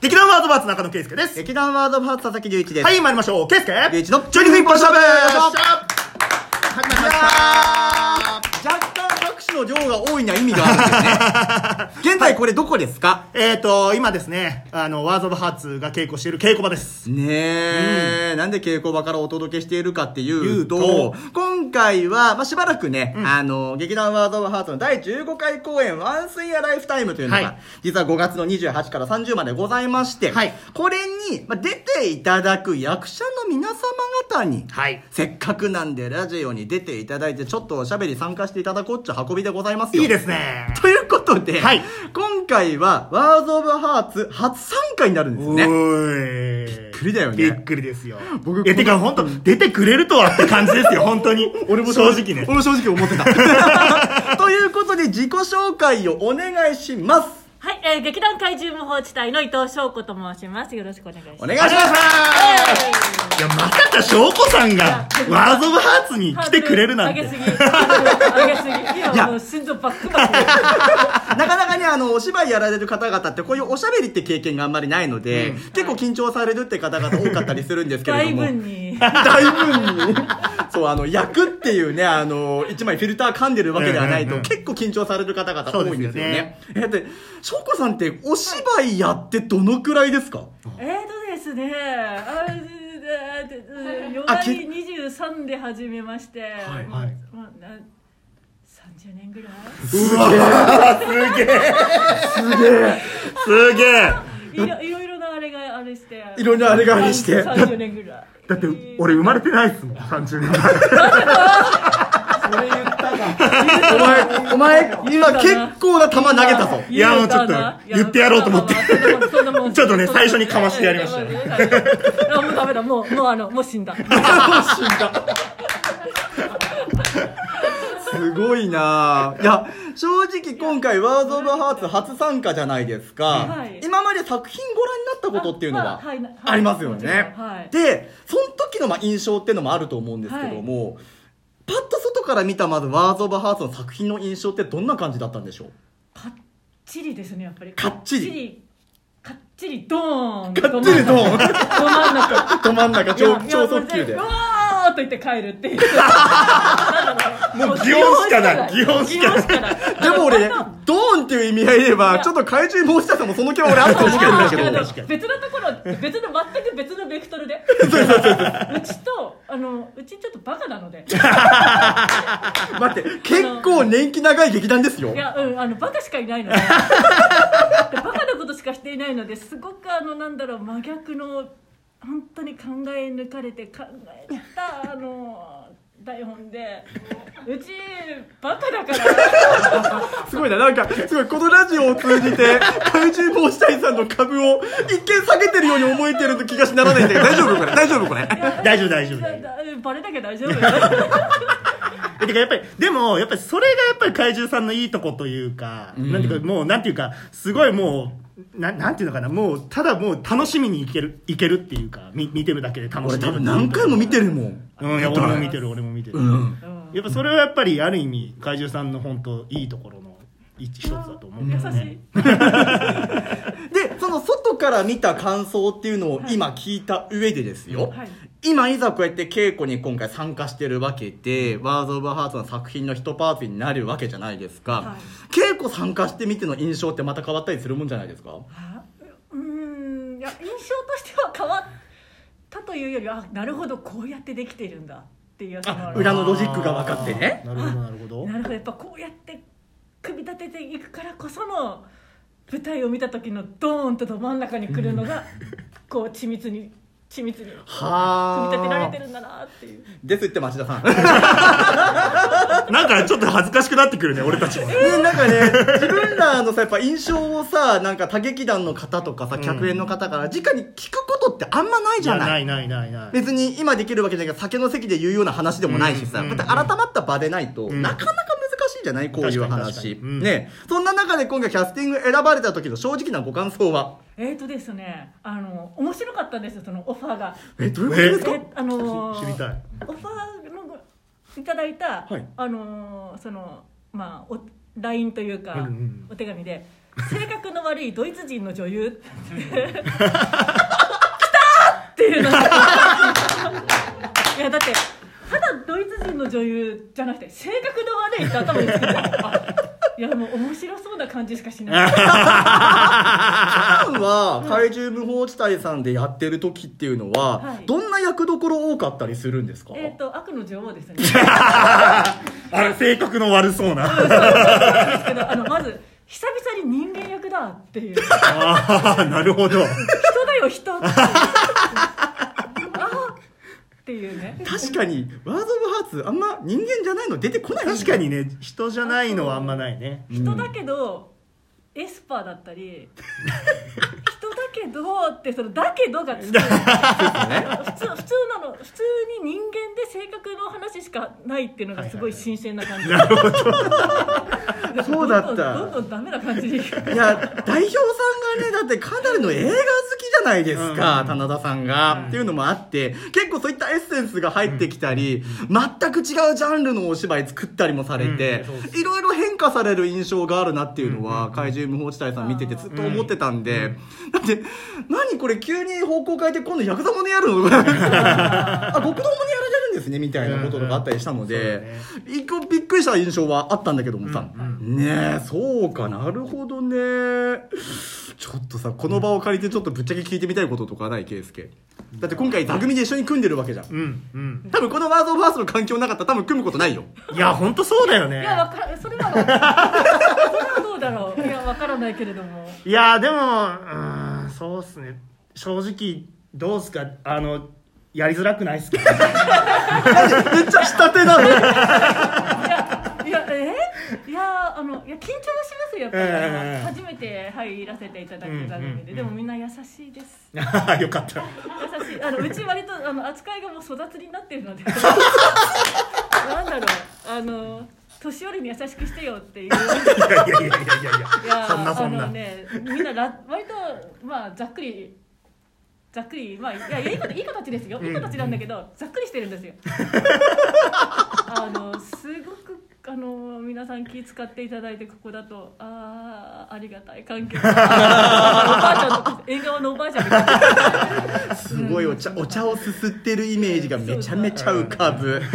劇団ワードバーツ中野圭介です。劇団ワードパーツ佐々木隆一です。はい、参りましょう。圭介隆一の12分一本勝負よいしょよっしゃ始まりました。若干拍手の量が多いには意味があるんで すね。現在これどこですか、えーと、今ですね、あの、ワーズ・オブ・ハーツが稽古している稽古場です。ねえ、なんで稽古場からお届けしているかっていうと、言うと今回は、まあ、しばらくね、あの、劇団ワード・オブ・ハートの第15回公演、ワンスイア・ライフタイムというのが、はい実は5月の28から30までございまして、はいこれに、まあ、出ていただく役者の皆様方に、はい。せっかくなんでラジオに出ていただいて、ちょっとおしゃべり参加していただこうっちゅう運びでございますよ。いいですね。ということで、はい今回は、ワード・オブ・ハーツ初参加になるんですよね。ーい。びっくりだよねびっくりですよ。僕え、てか、本当出てくれるとはって感じですよ、本当に。 俺も正直ね。俺も正直思ってた。 ということで、自己紹介をお願いします。はい、えー、劇団怪獣無法地帯の伊藤翔子と申します。よろしくお願いします。お願いおしま。願いしますすいや、まさか翔子さんが、ワーズ・オブ・ハーツに来てくれるなんて上げ。すぎ。上げすぎ。いいやや、もう心臓バックバック。なかなかね、あの、お芝居やられる方々って、こういうおしゃべりって経験があんまりないので、結構緊張されるって方々多かったりするんですけれ 大ども。分に。大分に。そう、あの、焼くっていうね、あの、一枚フィルター噛んでるわけではないうんうと、んうん結構緊張される方々多いんですよね。えだって、翔子さんってお芝居やってどのくらい ですかえーとですね、あ4あ代23で始めまして、はいはい30年ぐらいすげえ。いろいろいろなあれがあれしていろんなあれがあれして。 30年ぐらいだって、俺生まれてないっすもん、30年前。お前、お前、今結構な球投げたぞ。いやもうちょっと言ってやろうと思ってちょっとね最初にかましてやりましたよよもうダメだもうもうあのもう死んだすごいなぁ。いや、正直今回ワード・オブ・ハーツ初参加じゃないですか。はい今まで作品ご覧になったことっていうのあははいはいありますよね。はいで、その時のまあ印象っていうのもあると思うんですけども、パッと外から見たまずワード・オブ・ハーツの作品の印象ってどんな感じだったんで しょうかっちりですねやっぱりかっちりかっちりドーンかっちりドーンど真ん 中ど真ん中いやい超や超速球でう。わーっと言って帰るっていうもう擬音しかない擬音しかない擬音しかないでも俺、ドーンっていう意味合いで言えば、ちょっと怪獣申し出さもその気は俺あると思うんだけど。あの別のところ別の全く別のベクトル でうちとあのうちちょっとバカなのでい待って、結構年季長い劇団ですよ。やうんあのバカしかいな いのででバカなことしかしていないのですごくあのなんだろう真逆の本当に考え抜かれて考えたあの台本でうちバカだからすごいな、なんか、すごい、このラジオを通じて、怪獣防止隊さんの株を一見下げてるように思えてる気がしならないんだけど、大丈夫これ大丈夫これ 大丈夫大丈夫。だだバレなきゃ大丈夫よえてかやっぱりでもやっぱりそれがやっぱり怪獣さんのいいとこというか、なんていうかもうなんていうかすごいもうななんていうのかなもうただもう楽しみにいけるいけるっていうかみ見てるだけで楽し俺め多る分何回も見てるもん。うんいや俺も見てる俺も見てる、うん。うんやっぱそれはやっぱりある意味怪獣さんの本当いいところの一つだと思うん優ですしねいで、その外から見た感想っていうのを今聞いた上でですよ。はい今いざこうやって稽古に今回参加してるわけで、ワーズ・オブ・ハーツの作品の一パーツになるわけじゃないですか。は稽古参加してみての印象ってまた変わったりするもんじゃないですかあうーんいや印象としては変わったというよりあなるほどこうやってできているんだっていうやつもある裏のロジックが分かってねあーなるほどなるほどなるほどやっぱこうやって組み立てていくからこその舞台を見た時のドーンとど真ん中に来るのが、 こう緻密に緻密に組みは立てられてるんだなっていうですって町田さん。なんかちょっと恥ずかしくなってくるね俺たちもね、なんかね、自分らのさ、やっぱ印象をさ、なんか他劇団の方とかさ、ん客演の方から直に聞くことってあんまないじゃない。ないないないない別に今できるわけじゃないけど、酒の席で言うような話でもないしさ、うんうんまた改まった場でないと、うんなかなか難しいじゃないこういう確かに確かに話。うんね。そんな中で今回キャスティング選ばれた時の正直なご感想はえーとですねあの面白かったんですよそのオファーが。え、どういうことえですかあのー知りたいオファーのいただいた、はいあのーそのまあお LINE というか、うんうんお手紙で性格の悪いドイツ人の女優来たーっていうのいやだってただドイツ人の女優じゃなくて性格の悪いって頭につけてるいやもう面白そうな感じしかしない普段は怪獣無法地帯さんでやってる時っていうのは、はいどんな役どころ多かったりするんですか、えっと悪の女王ですねあれ性格の悪そうなですけどあのまず久々に人間役だっていう 人ああなるほどだよ人っていうあーっていうね確かにワード・オブ・ハーツあんま人間じゃないの出てこない確かにね人じゃないのはあんまないね人だけど、エスパーだったり人だけどってその「だけど」がつく普通普通なの普通に人間で性格の話しかないっていうのがすごい新鮮な感じ、そうだっどんどんどたんどんダメな感じにそういや代表さんがねだってかなりの映画好きじゃないですか、うん棚田さんが、っていうのもあって結構そういったエッセンスが入ってきたり、全く違うジャンルのお芝居作ったりもされて、いろいろ変化される印象があるなっていうのは、怪獣無法地帯さん見ててずっと思ってたんで、だって何これ急に方向変えて今度ヤクザもねやるのあ極道もねやられるんですねみたいなこととかあったりしたので、うんうんうん一個びっくりした印象はあったんだけどもうさ、ねえそうかなるほどねちょっとさこの場を借りてちょっとぶっちゃけ聞いてみたいこととかない圭介だって今回座組で一緒に組んでるわけじゃんうんうん多分このワードオブハースの環境なかったら多分組むことないよいや本当そうだよいねやわかそれはわかそれはどうだろういやわからないけれどもいやでもうーんそうっすね正直どうっすかあのやりづらくないっすかめっちゃ下手なのいやいやえいやあのいや緊張はしますよやっぱり、ええ初めて入らせていただく番組で、うんうんうんでもみんな優しいですあ ーよかった優しいあのうち割とあの扱いがもう育つになってる のでなんだろうあの年寄りに優しくしてよっていういいやいやいやいやいやいややそんなそんなあのねみんなら割とまあざっくりざっくりまあいやいやいい子いい子たちですよいい子たちなんだけど、ざっくりしてるんで すよあのすごくあの皆さん気使っていただいてここだとああありがたい関 係あのおばあちゃんと縁側のおばあちゃんみたいなすごいお茶お茶をすすってるイメージがめちゃめちゃ浮かぶね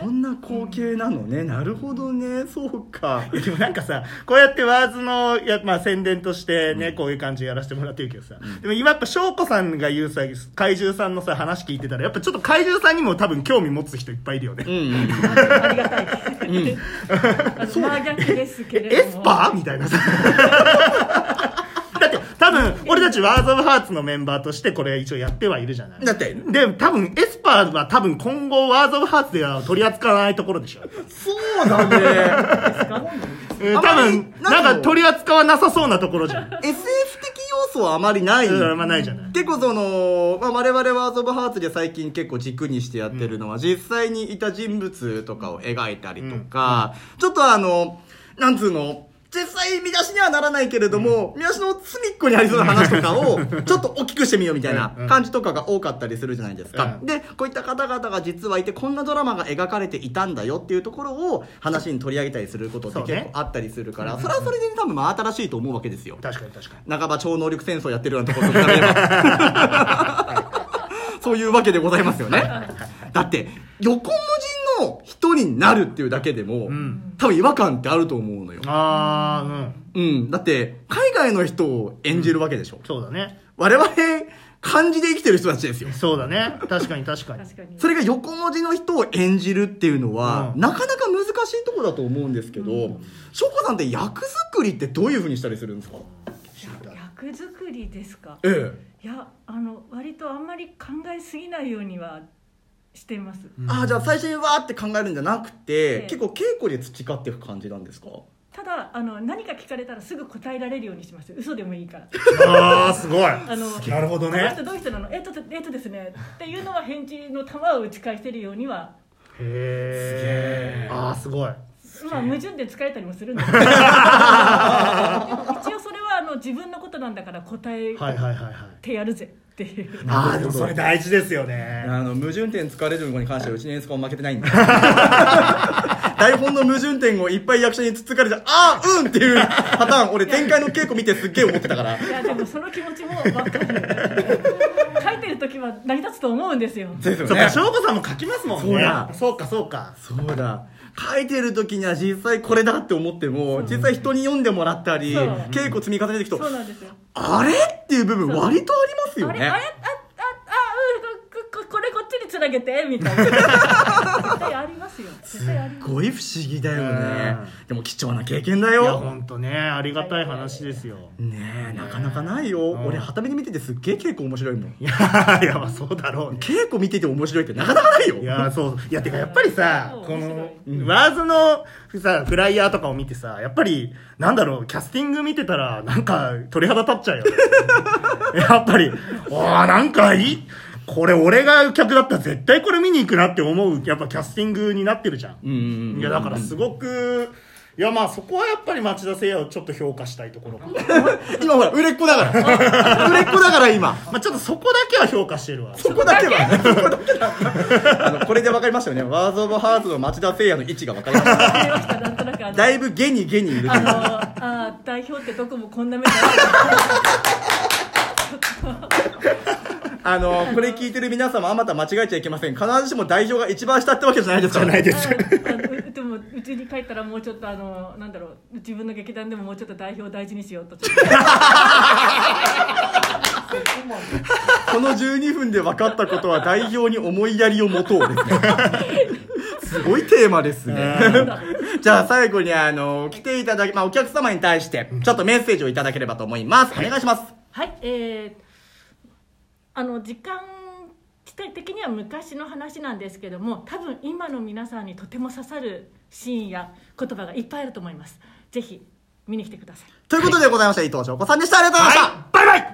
そんな光景なのねなるほどねそうかでもなんかさこうやってワーズのや、まあ、宣伝としてね、こういう感じでやらせてもらってるけどさ、でも今やっぱ翔子さんが言うさ怪獣さんのさ話聞いてたらやっぱちょっと怪獣さんにも多分興味持つ人いっぱいいるよね、うんうんありがたい。 あの真逆ですけえれどエも。スパーみたいなさだって多分俺たちワーズ・オブ・ハーツのメンバーとしてこれ一応やってはいるじゃないだってで多分エスパーは多分今後ワーズ・オブ・ハーツでは取り扱わないところでしょそうだねうん多あまり分なんなんかか取り扱わなさそうなところじゃん SF 的要素はあまりない、うんあんまないじゃない結構その、まあ、我々ワーズ・オブ・ハーツで最近結構軸にしてやってるのは、実際にいた人物とかを描いたりとか、ちょっとあのなんつうの実際見出しにはならないけれども、見出しの隅っこにありそうな話とか を、ちょっと大きくしてみようみたいな感じとかが多かったりするじゃないですか。うんで、こういった方々が実はいて、こんなドラマが描かれていたんだよっていうところを話に取り上げたりすることってそうね結構あったりするから、それはそれで多分真新しいと思うわけですよ。確かに確かに半ば超能力戦争やってるようなところと比べれば そういうわけでございますよねだって横文字の人になるっていうだけでも、ん多分違和感ってあると思うのよ、ああうんうん、だって海外の人を演じるわけでしょ、そうだね我々漢字で生きてる人たちですよそうだね確かに確かに確かに。それが横文字の人を演じるっていうのは、うんなかなか難しいところだと思うんですけど翔子、さんって役作りってどういうふうにしたりするんですか役作りですか。えいや、あの割とあんまり考えすぎないようにはしてます。ああじゃあ最初にわーって考えるんじゃなくて、ええ結構稽古で培っていく感じなんですかただあの何か聞かれたらすぐ答えられるようにします。嘘でもいいから。ああすごいあのなるほどあのね人どういう人なの？えっとえっとですね。っていうのは返事の球を打ち返せるようには。へえああすごいまあ矛盾で疲れたりもする んですけどでも一応それはあの自分のことなんだから答えはいはいはいはいてやるぜっていう、ああでもそれ大事ですよねあの矛盾点疲れるのに関してはうちの演出家も負けてないんで 台本の矛盾点をいっぱい役者につつかれて、あーうんっていうパターン、俺展開の稽古見てすっげえ思ってたから。いやでもその気持ちも分かる書いてる時は成り立つと思うんですよです よそっねか、。翔吾さんも書きますもんね。そそううだか、そうか。そうだ。書いてる時には実際これだって思っても、実際人に読んでもらったり、そう稽古積み重ねていくそうと、なんですよあれっていう部分割とありますよあれあれねああ。あうんこここれこっちにつなげてみ たいな絶対ありますよ絶対ありますすごい不思議だよねうん。でも貴重な経験だいや、よほ。んとね、ありがたい話ですよ。ねえ、なかなかないよ。うん俺、はために見ててすっげえ稽古面白いもん。いや、いや、まあそうだろうね。稽古見てて面白いってなかなかないよ。いやーそういやてかやっぱりさうんこ面のワーズのさフライヤーとかを見てさやっぱりなんだろうキャスティング見てたらなんか鳥肌立っちゃうよね やっぱりわあなんかいいこれ俺が客だったら絶対これ見に行くなって思うやっぱキャスティングになってるじゃん、うんうんうんいやだからすごくいやまあそこはやっぱり町田誠也をちょっと評価したいところ かな今ほら、売れっ子だ から。売れっ子だから今。まあちょっとそこだけは評価してるわそこだけは、そこだけ は。あの、これで分かりましたよね。ワーズ・オブ・ハーツの町田誠也の位置が分かりました。わかりましたなんとなくあのだいぶゲニゲニいる。あのあー代表ってどこもこんな目に遭あの、これ聞いてる皆様、あまた間違えちゃいけません。必ずしも代表が一番下ってわけじゃないですから。ないですってあのうでもうちに帰ったらもうちょっとあのなんだろう自分の劇団でももうちょっと代表を大事にしようとちょっとこの12分で分かったことは代表に思いやりを持とうです ね。すごいテーマですね。 じゃあ最後にあの、来ていただき、まあお客様に対して、ちょっとメッセージをいただければと思います。お願いします。はい、えー、あの時間的には昔の話なんですけども多分今の皆さんにとても刺さるシーンや言葉がいっぱいあると思いますぜひ見に来てくださいということでございました、伊藤翔子さんでした。ありがとうございました。バイバイ